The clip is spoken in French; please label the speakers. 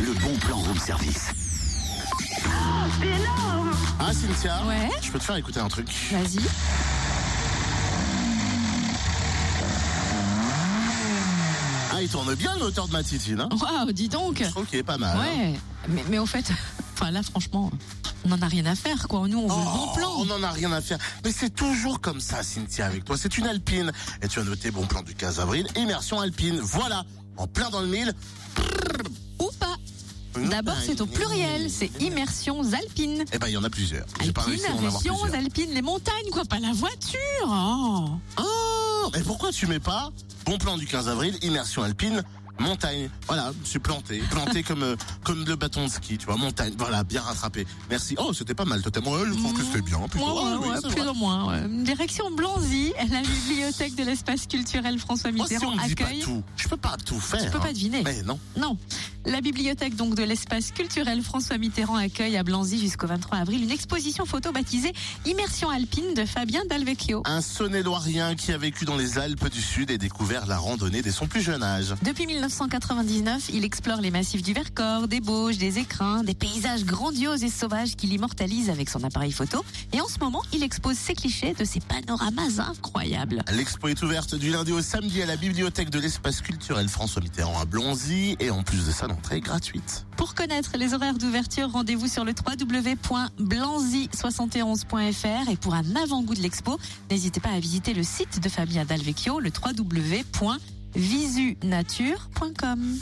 Speaker 1: le bon plan room service. Ah Cynthia,
Speaker 2: Ouais.
Speaker 1: je peux te faire écouter un truc.
Speaker 2: Vas-y.
Speaker 1: Ah, il tourne bien le moteur de ma titine. Hein
Speaker 2: Waouh, dis donc.
Speaker 1: je trouve qu'il est pas mal. hein.
Speaker 2: Ouais. Mais, mais au fait, enfin là, franchement, on n'en a rien à faire, quoi. Nous, on veut le bon
Speaker 1: Oh,
Speaker 2: plan.
Speaker 1: On n'en a rien à faire. Mais c'est toujours comme ça, Cynthia, avec toi. C'est une alpine. Et tu as noté bon plan du 15 avril, immersion alpine. Voilà, en plein dans le mille.
Speaker 2: Ou pas. D'abord, c'est au pluriel. C'est immersions alpines.
Speaker 1: Eh ben, il y en a plusieurs. J'ai pas
Speaker 2: Alpines,
Speaker 1: réussi à en avoir
Speaker 2: immersions
Speaker 1: plusieurs.
Speaker 2: alpines, les montagnes, quoi. Pas la voiture. Oh.
Speaker 1: Oh, et pourquoi tu mets pas bon plan du 15 avril, immersion alpine, montagne Voilà, je suis planté. Planté comme, euh, comme le bâton de ski, tu vois, montagne. Voilà, bien rattrapé. Merci. Oh, c'était pas mal, totalement. Ouais, je trouve que c'était bien. plutôt.
Speaker 2: Ouais,
Speaker 1: Ah,
Speaker 2: ouais,
Speaker 1: oui,
Speaker 2: ouais,
Speaker 1: c'est
Speaker 2: plus
Speaker 1: vrai.
Speaker 2: ou moins. ouais. Direction Blanzy, la bibliothèque de l'espace culturel François
Speaker 1: Moi, Oh, si
Speaker 2: Mitterrand
Speaker 1: on me dit pas
Speaker 2: accueille.
Speaker 1: tout, je peux pas tout faire.
Speaker 2: Tu peux pas
Speaker 1: hein.
Speaker 2: deviner.
Speaker 1: Mais non.
Speaker 2: Non. La bibliothèque donc de l'espace culturel François Mitterrand accueille à Blanzy jusqu'au 23 avril une exposition photo baptisée Immersion alpine de Fabien Dalvecchio.
Speaker 1: Un Saône-et-Loirien qui a vécu dans les Alpes du Sud et découvert la randonnée dès son plus jeune âge.
Speaker 2: Depuis 1999, il explore les massifs du Vercors, des Bauges, des écrins, des paysages grandioses et sauvages qu'il immortalise avec son appareil photo. Et en ce moment, il expose ses clichés de ses panoramas incroyables.
Speaker 1: L'expo est ouverte du lundi au samedi à la bibliothèque de l'espace culturel François Mitterrand à Blonzy et en plus de ça, l'entrée est gratuite.
Speaker 2: Pour connaître les horaires d'ouverture, rendez-vous sur le www.blanzy71.fr et pour un avant-goût de l'expo, n'hésitez pas à visiter le site de Fabien Dalvecchio, le www.visunature.com.